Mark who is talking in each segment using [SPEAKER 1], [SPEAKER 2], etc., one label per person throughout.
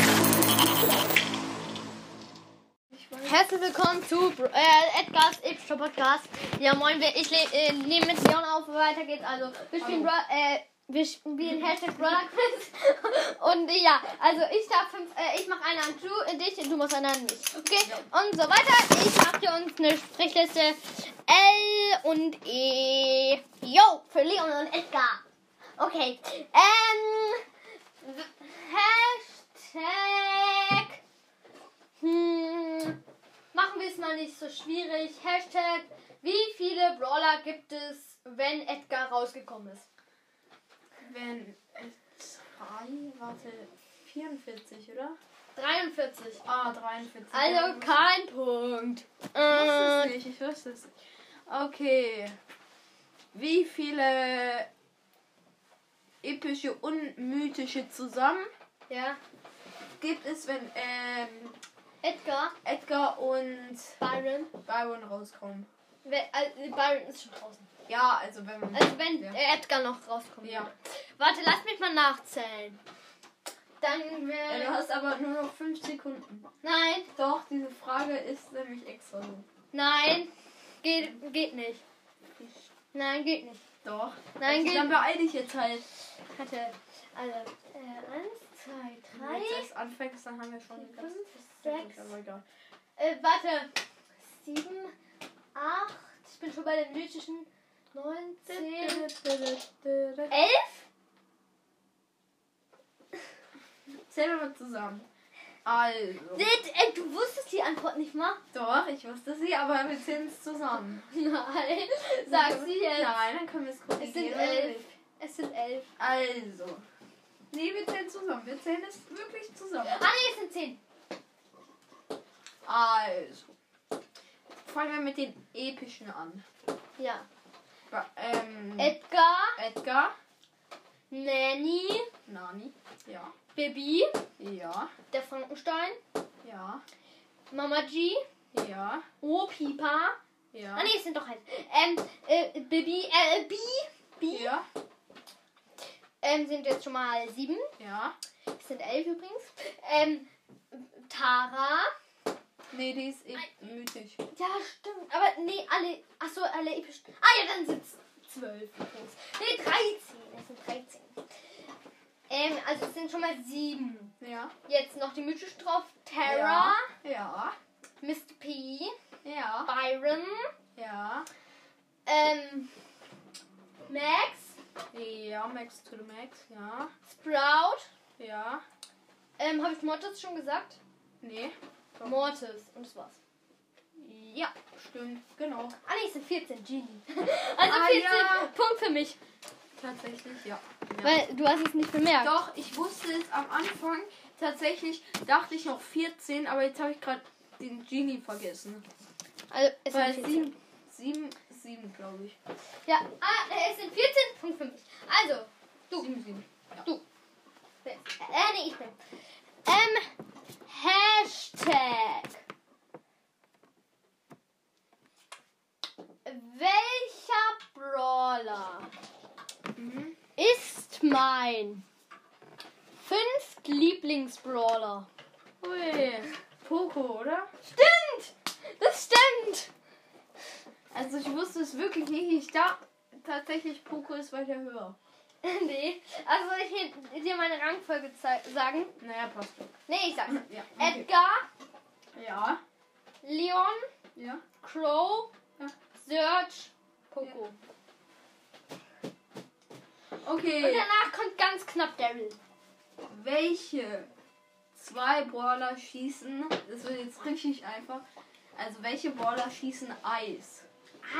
[SPEAKER 1] äh, Podcast. Ja, moin, wir- ich le- äh, nehme mit Leon auf, weiter geht's. Also, wir spielen, Bra äh, wir spielen Hashtag Brother Quiz. Und äh, ja, also ich darf fünf, äh, ich mache eine an du, äh, dich und du machst eine an mich. Okay, und so weiter. Ich mache hier uns eine Strichliste L und E. Yo, für Leon und Edgar. Okay, ähm, w- Hashtag, hm, machen wir es mal nicht so schwierig. Hashtag, wie viele Brawler gibt es, wenn Edgar rausgekommen ist?
[SPEAKER 2] Wenn es drei, warte, 44, oder?
[SPEAKER 1] 43.
[SPEAKER 2] Ah, 43.
[SPEAKER 1] Also kein Punkt.
[SPEAKER 2] ich wusste es
[SPEAKER 1] Äh,
[SPEAKER 2] nicht, ich wusste es nicht. Okay. Wie viele epische und mythische zusammen
[SPEAKER 1] ja,
[SPEAKER 2] gibt es, wenn ähm,
[SPEAKER 1] Edgar,
[SPEAKER 2] Edgar und
[SPEAKER 1] Byron.
[SPEAKER 2] Byron rauskommen?
[SPEAKER 1] Wer- Also Byron ist schon draußen.
[SPEAKER 2] Ja, also wenn man.
[SPEAKER 1] Also wenn
[SPEAKER 2] Ja.
[SPEAKER 1] äh, Edgar noch rauskommt.
[SPEAKER 2] ja.
[SPEAKER 1] Warte, lass mich mal nachzählen. Dann
[SPEAKER 2] Ja,
[SPEAKER 1] wäre.
[SPEAKER 2] äh, Du hast aber nur noch 5 Sekunden.
[SPEAKER 1] Nein,
[SPEAKER 2] Doch, diese Frage ist nämlich extra so.
[SPEAKER 1] nein. Geht, geht nicht. Nein, geht nicht.
[SPEAKER 2] Doch.
[SPEAKER 1] Nein,
[SPEAKER 2] Also,
[SPEAKER 1] geht
[SPEAKER 2] Dann beeil dich jetzt halt.
[SPEAKER 1] Hatte. Also, äh, eins, zwei,
[SPEAKER 2] Wenn
[SPEAKER 1] drei.
[SPEAKER 2] du jetzt erst anfängst, dann haben wir schon.
[SPEAKER 1] Fünf,
[SPEAKER 2] ganz- oh
[SPEAKER 1] sechs.
[SPEAKER 2] aber egal.
[SPEAKER 1] Äh, warte. Sieben, acht. Ich bin schon bei den mythischen. Neun, zehn. Elf?
[SPEAKER 2] Zählen wir mal zusammen. Also.
[SPEAKER 1] Dit, ey, du wusstest die Antwort nicht mal?
[SPEAKER 2] Doch, ich wusste sie, aber wir zählen es zusammen.
[SPEAKER 1] Nein. Sag sie jetzt.
[SPEAKER 2] Nein, dann können wir es korrigieren.
[SPEAKER 1] Es sind
[SPEAKER 2] oder
[SPEAKER 1] elf.
[SPEAKER 2] nicht?
[SPEAKER 1] Es sind elf.
[SPEAKER 2] Also. Nee, wir zählen zusammen. Wir zählen es wirklich zusammen.
[SPEAKER 1] Ah, nee, es sind zehn.
[SPEAKER 2] Also. Fangen wir mit den epischen an.
[SPEAKER 1] Ja.
[SPEAKER 2] Ba- Ähm,
[SPEAKER 1] Edgar,
[SPEAKER 2] Edgar.
[SPEAKER 1] Nanny,
[SPEAKER 2] Nani. Ja.
[SPEAKER 1] Baby,
[SPEAKER 2] Ja.
[SPEAKER 1] der Frankenstein,
[SPEAKER 2] Ja.
[SPEAKER 1] Mama G,
[SPEAKER 2] Ja.
[SPEAKER 1] Oh Pipa.
[SPEAKER 2] Ja.
[SPEAKER 1] Ah, nee, es sind doch elf. Ähm, äh, Baby, äh, Bi, Bi.
[SPEAKER 2] Ja.
[SPEAKER 1] Ähm, sind jetzt schon mal sieben.
[SPEAKER 2] Ja.
[SPEAKER 1] Es sind elf übrigens. Ähm, Tara.
[SPEAKER 2] Nee, die ist eh mythisch.
[SPEAKER 1] Ja, stimmt. Aber nee, alle. Achso, alle episch. Ah ja, dann sind's zwölf übrigens. Nee, 13. Es sind 13. Ähm, also es sind schon mal sieben.
[SPEAKER 2] Ja.
[SPEAKER 1] Jetzt noch die mythischen drauf. Terra,
[SPEAKER 2] Ja. Ja.
[SPEAKER 1] Mr. P,
[SPEAKER 2] Ja.
[SPEAKER 1] Byron,
[SPEAKER 2] Ja.
[SPEAKER 1] ähm, Max,
[SPEAKER 2] Ja, Max to the Max. Ja.
[SPEAKER 1] Sprout.
[SPEAKER 2] Ja.
[SPEAKER 1] Ähm, habe ich Mortis schon gesagt?
[SPEAKER 2] Nee. Doch.
[SPEAKER 1] Mortis. Und das war's.
[SPEAKER 2] Ja, stimmt. Genau.
[SPEAKER 1] Ah nee, es sind 14. Genie. Also
[SPEAKER 2] Ah,
[SPEAKER 1] 14.
[SPEAKER 2] ja.
[SPEAKER 1] Punkt für mich.
[SPEAKER 2] Tatsächlich, ja.
[SPEAKER 1] Weil du hast es nicht bemerkt.
[SPEAKER 2] Doch, ich wusste es am Anfang. Tatsächlich dachte ich noch 14, aber jetzt habe ich gerade den Genie vergessen.
[SPEAKER 1] Also es
[SPEAKER 2] Weil
[SPEAKER 1] sind 14.
[SPEAKER 2] 7, 7, 7 glaube ich.
[SPEAKER 1] Ja, ah, äh, es sind 14, Punkt 5. Also, Du.
[SPEAKER 2] 7, 7.
[SPEAKER 1] äh, nee, ich bin. Ähm, Hashtag. Welcher Brawler
[SPEAKER 2] Mhm.
[SPEAKER 1] ist mein fünft Lieblingsbrawler?
[SPEAKER 2] Ui. Poco, oder?
[SPEAKER 1] Stimmt! Das stimmt!
[SPEAKER 2] Also ich wusste es wirklich nicht. Ich dachte tatsächlich, Poco ist weiter höher.
[SPEAKER 1] nee, also soll ich hier- dir meine Rangfolge zei- sagen?
[SPEAKER 2] Naja, passt schon.
[SPEAKER 1] Nee, ich sag's.
[SPEAKER 2] Ja. Okay.
[SPEAKER 1] Edgar, Äh.
[SPEAKER 2] Ja.
[SPEAKER 1] Leon,
[SPEAKER 2] Ja.
[SPEAKER 1] Crow,
[SPEAKER 2] Ja.
[SPEAKER 1] Search, Poco. Und
[SPEAKER 2] Okay.
[SPEAKER 1] danach kommt ganz knapp Daryl.
[SPEAKER 2] Welche zwei Brawler schießen? Das wird jetzt richtig einfach. Also welche Brawler schießen Eis?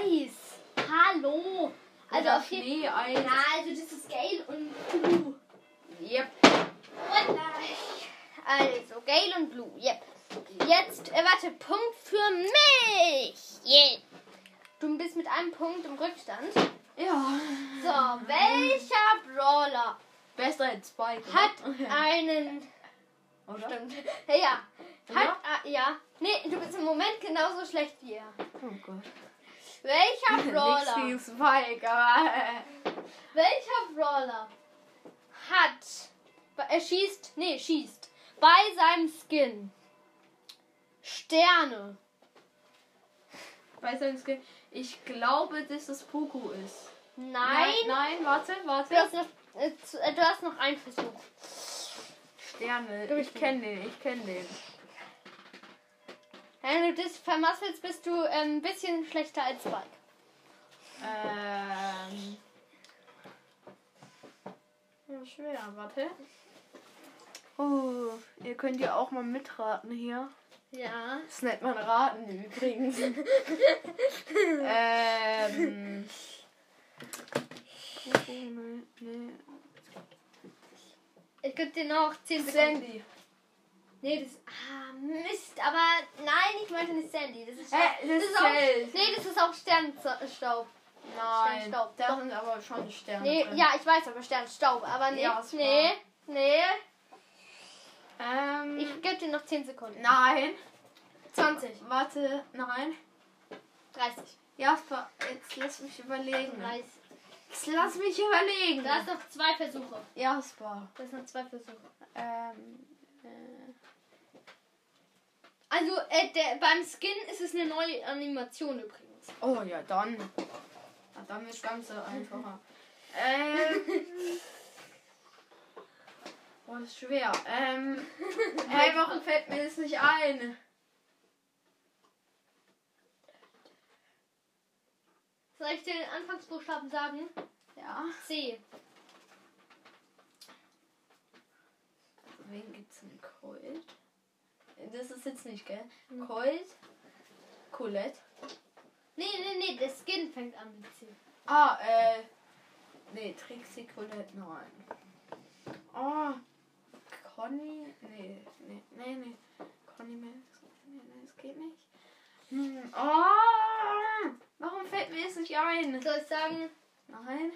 [SPEAKER 1] Eis. Hallo. Also
[SPEAKER 2] Oder
[SPEAKER 1] auf jeden
[SPEAKER 2] Schnee, Eis.
[SPEAKER 1] Fall. Also das ist Gale und Blue.
[SPEAKER 2] Yep.
[SPEAKER 1] Und also Gale und Blue. Yep. Jetzt, äh, warte, Punkt für mich. Yeah. Du bist mit einem Punkt im Rückstand.
[SPEAKER 2] Ja.
[SPEAKER 1] So, welcher Brawler
[SPEAKER 2] Besser als Spike. oder?
[SPEAKER 1] hat einen
[SPEAKER 2] oder?
[SPEAKER 1] Stimmt. Ja.
[SPEAKER 2] Oder?
[SPEAKER 1] Hat, ah, ja. Nee, du bist im Moment genauso schlecht wie er.
[SPEAKER 2] Oh Gott.
[SPEAKER 1] Welcher
[SPEAKER 2] Nichts
[SPEAKER 1] Brawler?
[SPEAKER 2] gegen Spike, aber.
[SPEAKER 1] welcher Brawler hat. Er schießt. Nee, schießt. Bei seinem Skin. Sterne.
[SPEAKER 2] bei seinem Skin. Ich glaube, dass es Poco ist.
[SPEAKER 1] Nein.
[SPEAKER 2] Nein, nein, warte,
[SPEAKER 1] Du
[SPEAKER 2] warte.
[SPEAKER 1] hast, noch, äh, zu- äh, du hast noch einen Versuch.
[SPEAKER 2] Sterne. Ich kenne den, ich kenne den.
[SPEAKER 1] Wenn du das vermasselst, bist du ähm, ein bisschen schlechter als Spike.
[SPEAKER 2] Ähm. ja, Schwer, warte. Oh, ihr könnt ja auch mal mitraten hier.
[SPEAKER 1] Ja.
[SPEAKER 2] Das nennt man Raten übrigens. ähm. Oh, oh, nee, nee.
[SPEAKER 1] Ich gebe dir noch 10 Sekunden.
[SPEAKER 2] Sandy.
[SPEAKER 1] Nee, das. Ah, Mist. Aber nein, ich meinte nicht Sandy. Das ist.
[SPEAKER 2] Äh, das
[SPEAKER 1] ist
[SPEAKER 2] zählt.
[SPEAKER 1] auch, Nee, das ist auch Sternstaub.
[SPEAKER 2] Nein,
[SPEAKER 1] Sternstaub.
[SPEAKER 2] da sind aber schon Sterne.
[SPEAKER 1] Nee,
[SPEAKER 2] drin.
[SPEAKER 1] ja, ich weiß, aber Sternstaub. Aber nee.
[SPEAKER 2] Ja, ist
[SPEAKER 1] nee.
[SPEAKER 2] wahr.
[SPEAKER 1] Nee.
[SPEAKER 2] Ähm.
[SPEAKER 1] Ich gebe dir noch 10 Sekunden.
[SPEAKER 2] nein.
[SPEAKER 1] 20.
[SPEAKER 2] Warte, nein.
[SPEAKER 1] 30.
[SPEAKER 2] Ja, ver- jetzt lass mich überlegen.
[SPEAKER 1] 30.
[SPEAKER 2] Jetzt lass mich überlegen.
[SPEAKER 1] Du hast noch zwei Versuche.
[SPEAKER 2] Jasper.
[SPEAKER 1] Du hast noch zwei Versuche.
[SPEAKER 2] Ähm.
[SPEAKER 1] Also, äh, der, beim Skin ist es eine neue Animation übrigens.
[SPEAKER 2] Oh ja, dann. Ah, dann ist ganz einfacher. Ähm. Boah, das ist schwer. Ähm. Hey, warum fällt mir das nicht ein?
[SPEAKER 1] Soll ich den Anfangsbuchstaben sagen?
[SPEAKER 2] Ja.
[SPEAKER 1] C.
[SPEAKER 2] Wen gibt's denn Colt? Hm. Das ist jetzt nicht, gell? Colt. Colette.
[SPEAKER 1] Nee, nee, nee, der Skin fängt an mit C.
[SPEAKER 2] Ah, äh. Nee, Trixie Colette, nein. Oh. Conny. Nee, nee, nee, nee. Conny Max. Nee, nee, das geht nicht. Hm. Oh! Warum fällt mir das nicht ein?
[SPEAKER 1] Soll ich sagen,
[SPEAKER 2] Nein.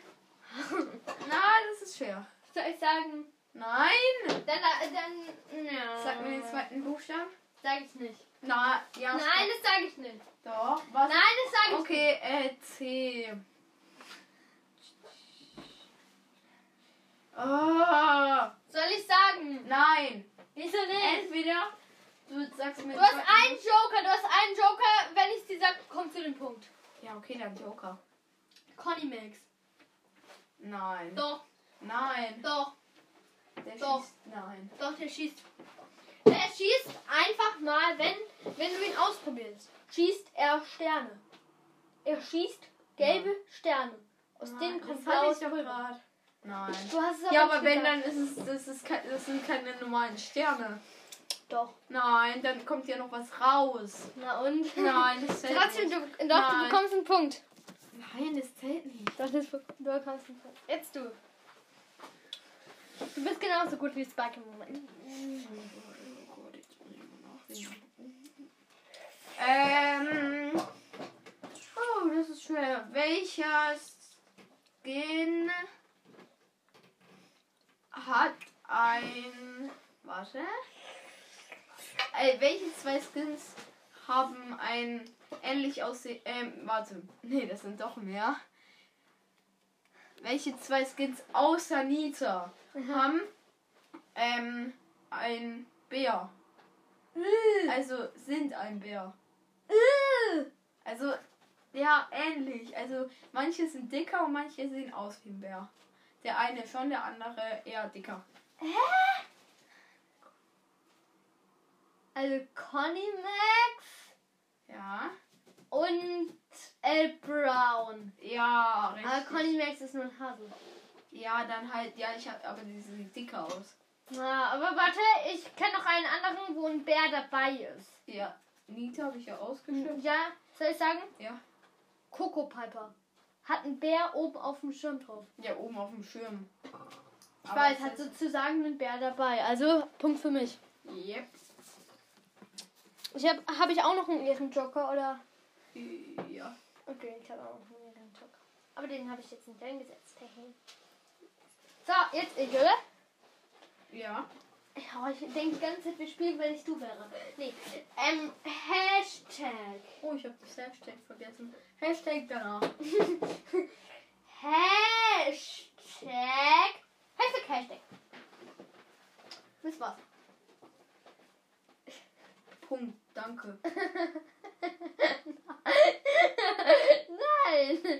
[SPEAKER 2] Nein, das ist schwer.
[SPEAKER 1] soll ich sagen,
[SPEAKER 2] Nein!
[SPEAKER 1] dann, äh, dann, ja.
[SPEAKER 2] Sag mir den zweiten Buchstaben.
[SPEAKER 1] Sag ich nicht.
[SPEAKER 2] Na, ja.
[SPEAKER 1] Nein, das sage ich nicht.
[SPEAKER 2] Doch, was?
[SPEAKER 1] Nein, das sage ich nicht.
[SPEAKER 2] Okay, äh, C. Oh,
[SPEAKER 1] Soll ich sagen?
[SPEAKER 2] nein.
[SPEAKER 1] Wieso nicht?
[SPEAKER 2] Entweder du sagst mir.
[SPEAKER 1] Du hast einen Joker, du hast einen Joker. Wenn ich dir sage, kommst du den Punkt.
[SPEAKER 2] Ja, okay, dann Joker.
[SPEAKER 1] Conny Max.
[SPEAKER 2] Nein.
[SPEAKER 1] Doch,
[SPEAKER 2] Nein.
[SPEAKER 1] doch,
[SPEAKER 2] Der
[SPEAKER 1] Doch.
[SPEAKER 2] schießt. Nein.
[SPEAKER 1] doch, der schießt. Der schießt einfach mal, wenn, wenn du ihn ausprobierst. Schießt er Sterne. Er schießt gelbe Sterne. Aus denen kommt blaues Pulver.
[SPEAKER 2] grad. Nein.
[SPEAKER 1] Du hast es aber
[SPEAKER 2] Ja, aber
[SPEAKER 1] nicht
[SPEAKER 2] wenn,
[SPEAKER 1] gesagt.
[SPEAKER 2] dann ist es. Das, ist kein, das sind keine normalen Sterne.
[SPEAKER 1] Doch.
[SPEAKER 2] Nein, dann kommt ja noch was raus.
[SPEAKER 1] Na und?
[SPEAKER 2] Nein, das zählt
[SPEAKER 1] Trotzdem,
[SPEAKER 2] nicht.
[SPEAKER 1] du, doch, du
[SPEAKER 2] Nein.
[SPEAKER 1] bekommst einen Punkt.
[SPEAKER 2] Nein, das zählt nicht.
[SPEAKER 1] Doch, das, du bekommst einen Punkt. Jetzt du. Du bist genauso gut wie Spike im Moment.
[SPEAKER 2] Ähm. Oh, das ist schwer. Welcher Skin hat ein. Warte. Äh, welche zwei Skins haben ein ähnlich aussehen. Ähm, warte. Nee, das sind doch mehr. Welche zwei Skins außer Nita haben ähm, ein Bär. Also sind ein Bär. Also, ja, ähnlich. Also, manche sind dicker und manche sehen aus wie ein Bär. Der eine schon, der andere eher dicker.
[SPEAKER 1] Also Conny Max
[SPEAKER 2] Ja.
[SPEAKER 1] und El Brown.
[SPEAKER 2] Ja,
[SPEAKER 1] Aber
[SPEAKER 2] richtig.
[SPEAKER 1] Ah, Conny Max ist nur ein Hase.
[SPEAKER 2] ja, dann halt, ja, ich hab, aber die sehen dicker aus.
[SPEAKER 1] Na, aber warte, ich kenne noch einen anderen, wo ein Bär dabei ist.
[SPEAKER 2] Ja. Nita habe ich ja ausgeschrieben.
[SPEAKER 1] Ja, soll ich sagen?
[SPEAKER 2] Ja.
[SPEAKER 1] Coco Piper. Hat einen Bär oben auf dem Schirm drauf.
[SPEAKER 2] Ja, oben auf dem Schirm.
[SPEAKER 1] Ich halt weiß, hat sozusagen einen Bär dabei. Also, Punkt für mich.
[SPEAKER 2] Yep.
[SPEAKER 1] Ich habe hab ich auch noch einen Ehrenjoker oder?
[SPEAKER 2] Ja.
[SPEAKER 1] Okay, ich habe auch noch einen Ehrenjoker. Aber den habe ich jetzt nicht eingesetzt. Hehe. So, jetzt ich, oder?
[SPEAKER 2] Ja.
[SPEAKER 1] Ja, ich denke die ganze Zeit, wir spielen, wenn ich du wäre. Nee. Ähm, Hashtag.
[SPEAKER 2] Oh, ich habe das Hashtag vergessen. Hashtag danach.
[SPEAKER 1] Hashtag. Hashtag, Hashtag. Das war's.
[SPEAKER 2] Punkt. Danke.
[SPEAKER 1] Nein.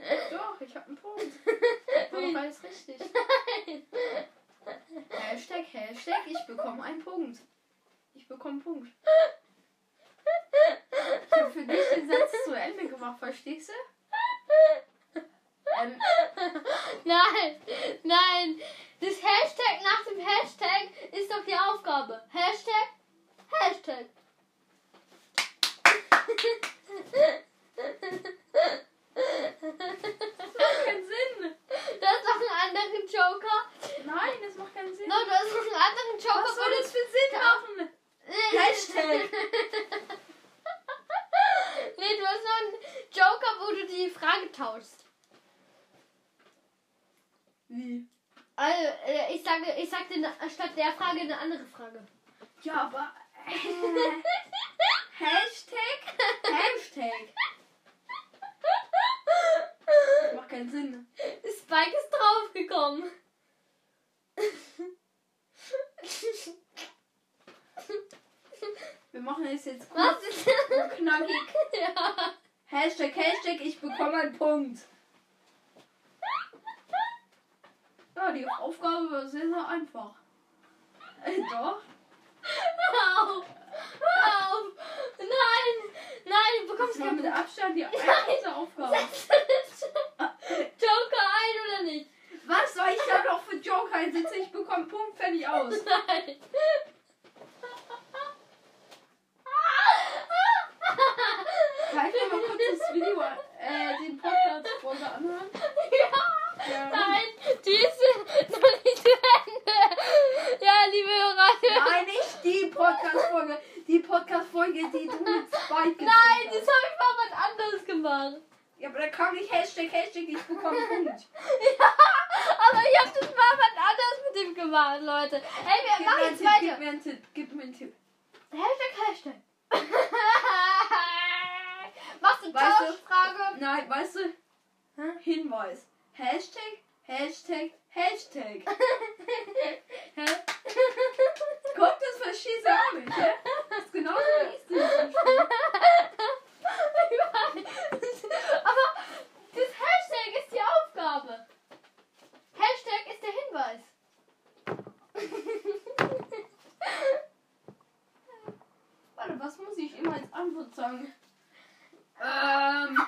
[SPEAKER 2] Doch, ich hab einen Punkt. War doch alles richtig. Hashtag, Hashtag, ich bekomme einen Punkt. Ich bekomme einen Punkt. Ich hab für dich den Satz zu Ende gemacht, verstehst du? Ähm,
[SPEAKER 1] Nein. Nein. Das Hashtag nach dem Hashtag ist doch die Aufgabe. Hashtag. Hashtag.
[SPEAKER 2] das macht keinen Sinn.
[SPEAKER 1] Das ist doch ein anderer Joker.
[SPEAKER 2] Nein, das macht keinen Sinn.
[SPEAKER 1] No, du hast doch einen anderen Joker.
[SPEAKER 2] Was soll
[SPEAKER 1] wo du-
[SPEAKER 2] das für Sinn machen? Hashtag.
[SPEAKER 1] nee, du hast noch einen Joker, wo du die Frage tauschst.
[SPEAKER 2] Wie?
[SPEAKER 1] Also, äh, ich sage, ich sag dir na- statt der Frage eine andere Frage.
[SPEAKER 2] Ja, aber. Äh, Hashtag? Hashtag. Das macht keinen Sinn.
[SPEAKER 1] Spike ist draufgekommen.
[SPEAKER 2] Wir machen es jetzt kurz
[SPEAKER 1] Was ist
[SPEAKER 2] und knackig.
[SPEAKER 1] ja.
[SPEAKER 2] Hashtag, Hashtag, ich bekomme einen Punkt. Ja, die Aufgabe war sehr, sehr einfach. Äh, doch.
[SPEAKER 1] Hör auf! Hör auf! Nein! Nein, du bekommst
[SPEAKER 2] Das war
[SPEAKER 1] keinen
[SPEAKER 2] mit Abstand die einfachste Aufgabe.
[SPEAKER 1] Joker ein oder nicht?
[SPEAKER 2] Was soll ich da noch für Joker einsetzen? Ich bekomme einen Punkt, fertig aus.
[SPEAKER 1] Nein!
[SPEAKER 2] Kann ich mir Halt mal kurz das Video, äh, den Podcast-Folge anhören?
[SPEAKER 1] Ja!
[SPEAKER 2] Ja.
[SPEAKER 1] Nein, die ist noch nicht zu Ende. Ja, liebe Hörer.
[SPEAKER 2] Nein, nicht die Podcast-Folge. Die Podcast-Folge, die du mit Spike
[SPEAKER 1] Nein,
[SPEAKER 2] gespielt
[SPEAKER 1] das
[SPEAKER 2] hast.
[SPEAKER 1] habe ich mal was anderes gemacht.
[SPEAKER 2] Ja, aber da kam nicht Hashtag, Hashtag, ich bekomme einen Punkt.
[SPEAKER 1] Ja, aber ich habe das mal was anderes mit dem gemacht, Leute. Hey, wir
[SPEAKER 2] Gib mir
[SPEAKER 1] machen
[SPEAKER 2] einen
[SPEAKER 1] jetzt
[SPEAKER 2] Tipp, gib
[SPEAKER 1] weiter.
[SPEAKER 2] mir einen Tipp, gib mir einen Tipp.
[SPEAKER 1] Hashtag, Hashtag. Machst du
[SPEAKER 2] Weißt du-
[SPEAKER 1] Tauschfrage?
[SPEAKER 2] Nein, weißt du,
[SPEAKER 1] Hä?
[SPEAKER 2] Hinweis. Hashtag, Hashtag, Hashtag. Guck, das verstehst du auch nicht, hä? Das ist genauso wie ich es
[SPEAKER 1] Ich weiß. Aber das Hashtag ist die Aufgabe. Hashtag ist der Hinweis.
[SPEAKER 2] Warte, was muss ich immer als Antwort sagen? Ähm,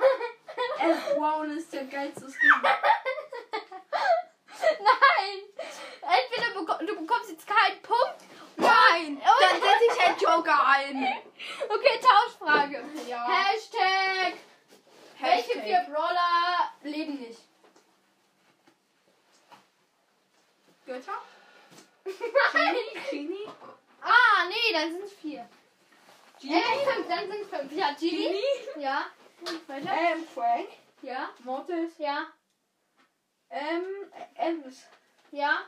[SPEAKER 2] F. Brown ist der geilste Skin.
[SPEAKER 1] Nein! Entweder beko du bekommst jetzt keinen Punkt.
[SPEAKER 2] Nein! Dann setze ich halt Joker ein.
[SPEAKER 1] Okay, Tauschfrage.
[SPEAKER 2] Ja.
[SPEAKER 1] Hashtag. Welche
[SPEAKER 2] Hashtag.
[SPEAKER 1] vier Brawler leben nicht?
[SPEAKER 2] Götter?
[SPEAKER 1] Nein!
[SPEAKER 2] Genie?
[SPEAKER 1] Ah, nee, dann sind es vier.
[SPEAKER 2] Genie?
[SPEAKER 1] Äh, fünf, dann sind es fünf. Ja, Äh. Genie. Ja. Weiter.
[SPEAKER 2] Ähm, Frank?
[SPEAKER 1] Ja.
[SPEAKER 2] Mortis?
[SPEAKER 1] Ja.
[SPEAKER 2] Ähm, Elvis?
[SPEAKER 1] Ja.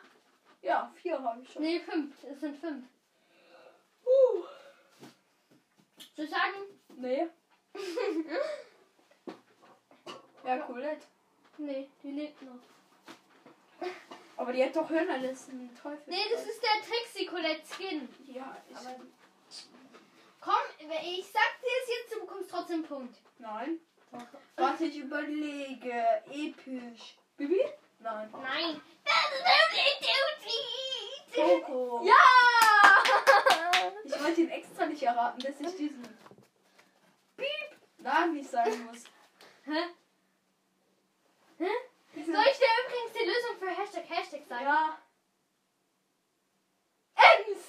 [SPEAKER 2] Ja, vier habe ich schon.
[SPEAKER 1] Nee, fünf. Es sind fünf.
[SPEAKER 2] Uh.
[SPEAKER 1] Soll ich sagen?
[SPEAKER 2] Nee. Ja, Colette.
[SPEAKER 1] nee, die lebt noch.
[SPEAKER 2] Aber die hat doch Hörner, das ist ein Teufel.
[SPEAKER 1] Nee, das ist der Trixie Colette Skin.
[SPEAKER 2] Ja, ich...
[SPEAKER 1] Aber- Komm, ich sag dir es jetzt, du bekommst trotzdem einen Punkt.
[SPEAKER 2] Nein. Warte, ich überlege. Episch. Bibi? Nein.
[SPEAKER 1] Nein. Das ist Duty Duty.
[SPEAKER 2] Coco.
[SPEAKER 1] Ja!
[SPEAKER 2] Ich wollte ihn extra nicht erraten, dass ich diesen Piep Namen nicht sagen muss.
[SPEAKER 1] Hä? Hä?
[SPEAKER 2] Diesen-
[SPEAKER 1] Soll ich dir übrigens die Lösung für Hashtag Hashtag sagen?
[SPEAKER 2] Ja.
[SPEAKER 1] Ems!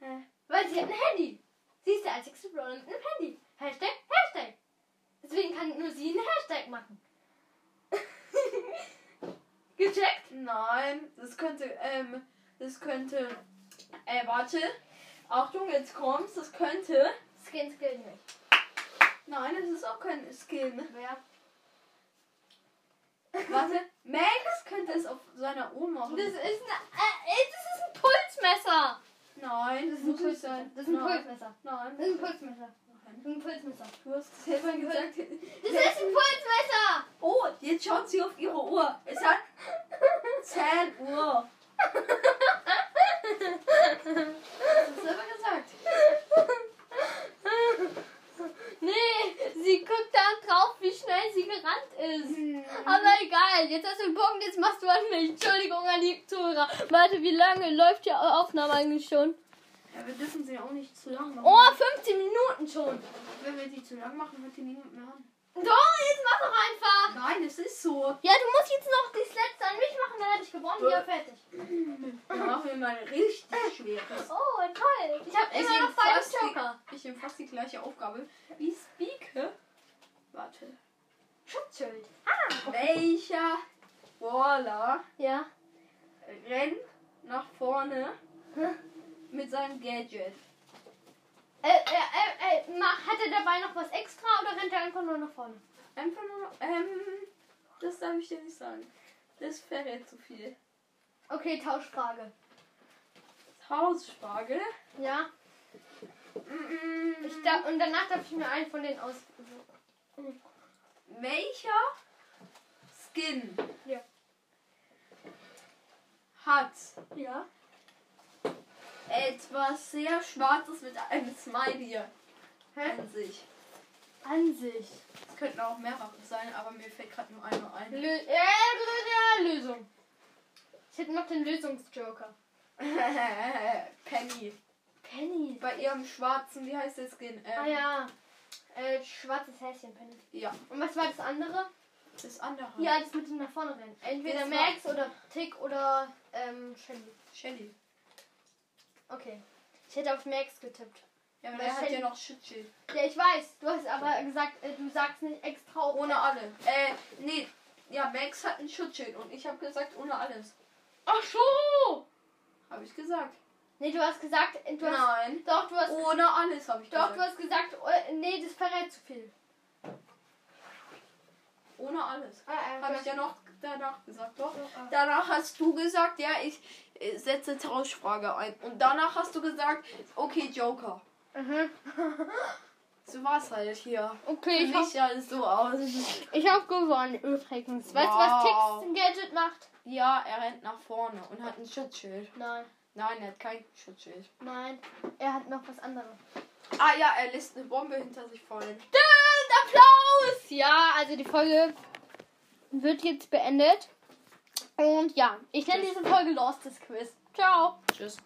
[SPEAKER 2] Hä?
[SPEAKER 1] Weil sie hat ein Handy. Sie ist der einzigste Brawler mit einem Handy. Hashtag Hashtag. Deswegen kann nur sie einen Hashtag machen. Gecheckt?
[SPEAKER 2] Nein. Das könnte, ähm, das könnte. Äh, warte. Achtung, jetzt kommt's. Das könnte.
[SPEAKER 1] Skin Skin nicht.
[SPEAKER 2] Nein, das ist auch kein Skin.
[SPEAKER 1] Wer?
[SPEAKER 2] Warte. Max könnte es auf seiner Oma.
[SPEAKER 1] Das ist ein, äh, äh, das ist ein Pulsmesser.
[SPEAKER 2] Nein, das muss nicht sein.
[SPEAKER 1] Das ist ein
[SPEAKER 2] Nein.
[SPEAKER 1] Pulsmesser.
[SPEAKER 2] Nein.
[SPEAKER 1] Das ist ein Pulsmesser.
[SPEAKER 2] Nein.
[SPEAKER 1] Das ist ein Pulsmesser.
[SPEAKER 2] Du hast selber gesagt.
[SPEAKER 1] Das ist ein Pulsmesser.
[SPEAKER 2] Oh, jetzt schaut sie auf ihre Uhr. Es hat 10 Uhr. Hast du selber gesagt?
[SPEAKER 1] nee, sie sie guckt da drauf, wie schnell sie gerannt ist.
[SPEAKER 2] Hm.
[SPEAKER 1] Aber egal, jetzt hast du einen Punkt, jetzt machst du an mich. Entschuldigung an die Zuhörer. Warte, wie lange läuft die Aufnahme eigentlich schon?
[SPEAKER 2] Ja, wir dürfen sie ja auch nicht zu lang machen.
[SPEAKER 1] Oh, 15 Minuten schon.
[SPEAKER 2] Wenn wir sie zu lang machen, hört die niemand mehr an.
[SPEAKER 1] Doch, jetzt mach doch einfach.
[SPEAKER 2] Nein, es ist so.
[SPEAKER 1] Ja, du musst jetzt noch das letzte an mich machen, dann hätte ich gewonnen. Hier, fertig.
[SPEAKER 2] Dann machen wir mal richtig schweres.
[SPEAKER 1] Oh, toll. Ich habe
[SPEAKER 2] Ich
[SPEAKER 1] immer
[SPEAKER 2] nehme
[SPEAKER 1] noch beide
[SPEAKER 2] fast die-
[SPEAKER 1] Joker.
[SPEAKER 2] Ich nehme fast die gleiche Aufgabe wie Speaker. Warte.
[SPEAKER 1] Schutzschild.
[SPEAKER 2] Welcher Waller
[SPEAKER 1] Ja.
[SPEAKER 2] rennt nach vorne mit seinem Gadget?
[SPEAKER 1] Äh, äh, äh, äh, ma- hat er dabei noch was extra oder rennt er einfach nur nach vorne?
[SPEAKER 2] Einfach nur, ähm, das darf ich dir nicht sagen. Das verrät zu viel.
[SPEAKER 1] Okay, Tauschfrage.
[SPEAKER 2] Hausfrage.
[SPEAKER 1] Ja. Ich
[SPEAKER 2] Ich
[SPEAKER 1] da, und danach darf ich mir einen von denen aus.
[SPEAKER 2] Welcher Skin
[SPEAKER 1] Ja.
[SPEAKER 2] hat
[SPEAKER 1] Ja.
[SPEAKER 2] etwas sehr Schwarzes mit einem Smiley
[SPEAKER 1] Hä?
[SPEAKER 2] an sich?
[SPEAKER 1] An sich.
[SPEAKER 2] Es könnten auch mehrere sein, aber mir fällt gerade nur einer ein.
[SPEAKER 1] Lö äh, ja, Lösung. Ich hätte noch den Lösungsjoker.
[SPEAKER 2] Penny.
[SPEAKER 1] Penny.
[SPEAKER 2] Bei ihrem schwarzen, wie heißt der Skin? Ähm,
[SPEAKER 1] Ah ja. Äh, schwarzes Häschen, Penny.
[SPEAKER 2] ja,
[SPEAKER 1] Und was war das andere?
[SPEAKER 2] das andere.
[SPEAKER 1] Ja, das mit dem nach vorne rennen. Entweder
[SPEAKER 2] Das war-
[SPEAKER 1] Max oder Tick oder ähm, Shelly.
[SPEAKER 2] Shelly.
[SPEAKER 1] Okay. Ich hätte auf Max getippt.
[SPEAKER 2] Ja, aber
[SPEAKER 1] Weil
[SPEAKER 2] der hat ja
[SPEAKER 1] Shelly-
[SPEAKER 2] noch Schutzschild.
[SPEAKER 1] Ja, ich weiß. Du hast aber gesagt, äh, du sagst nicht extra. ob-
[SPEAKER 2] Ohne alle. Äh, nee. Ja, Max hat ein Schutzschild und ich habe gesagt, ohne alles.
[SPEAKER 1] Ach so!
[SPEAKER 2] Habe ich gesagt.
[SPEAKER 1] Nee, du hast gesagt, äh, du hast.
[SPEAKER 2] Nein.
[SPEAKER 1] Doch, du hast.
[SPEAKER 2] Ohne alles habe ich
[SPEAKER 1] Doch, du
[SPEAKER 2] gesagt.
[SPEAKER 1] hast gesagt, äh, nee, das verrät zu viel.
[SPEAKER 2] Ohne alles.
[SPEAKER 1] Ah,
[SPEAKER 2] Habe ich ja noch danach gesagt, doch.
[SPEAKER 1] ah.
[SPEAKER 2] Danach hast du gesagt, ja, ich äh, setze Tauschfrage ein. Und danach hast du gesagt, okay, Joker.
[SPEAKER 1] Mhm.
[SPEAKER 2] So war es halt hier.
[SPEAKER 1] Okay,
[SPEAKER 2] Ich
[SPEAKER 1] ich hab,
[SPEAKER 2] sieht ja so aus.
[SPEAKER 1] ich hab gewonnen übrigens. Weißt du,
[SPEAKER 2] Wow.
[SPEAKER 1] was Tix im Gadget macht?
[SPEAKER 2] Ja, er rennt nach vorne und hat ein Schutzschild.
[SPEAKER 1] Nein,
[SPEAKER 2] Nein, er hat kein Schutzschild.
[SPEAKER 1] nein. Er hat noch was anderes.
[SPEAKER 2] Ah ja, er lässt eine Bombe hinter sich fallen.
[SPEAKER 1] Stimmt, Applaus! Ja, also die Folge wird jetzt beendet. Und ja, ich nenne diese Folge Lost Quiz. Ciao!
[SPEAKER 2] Tschüss.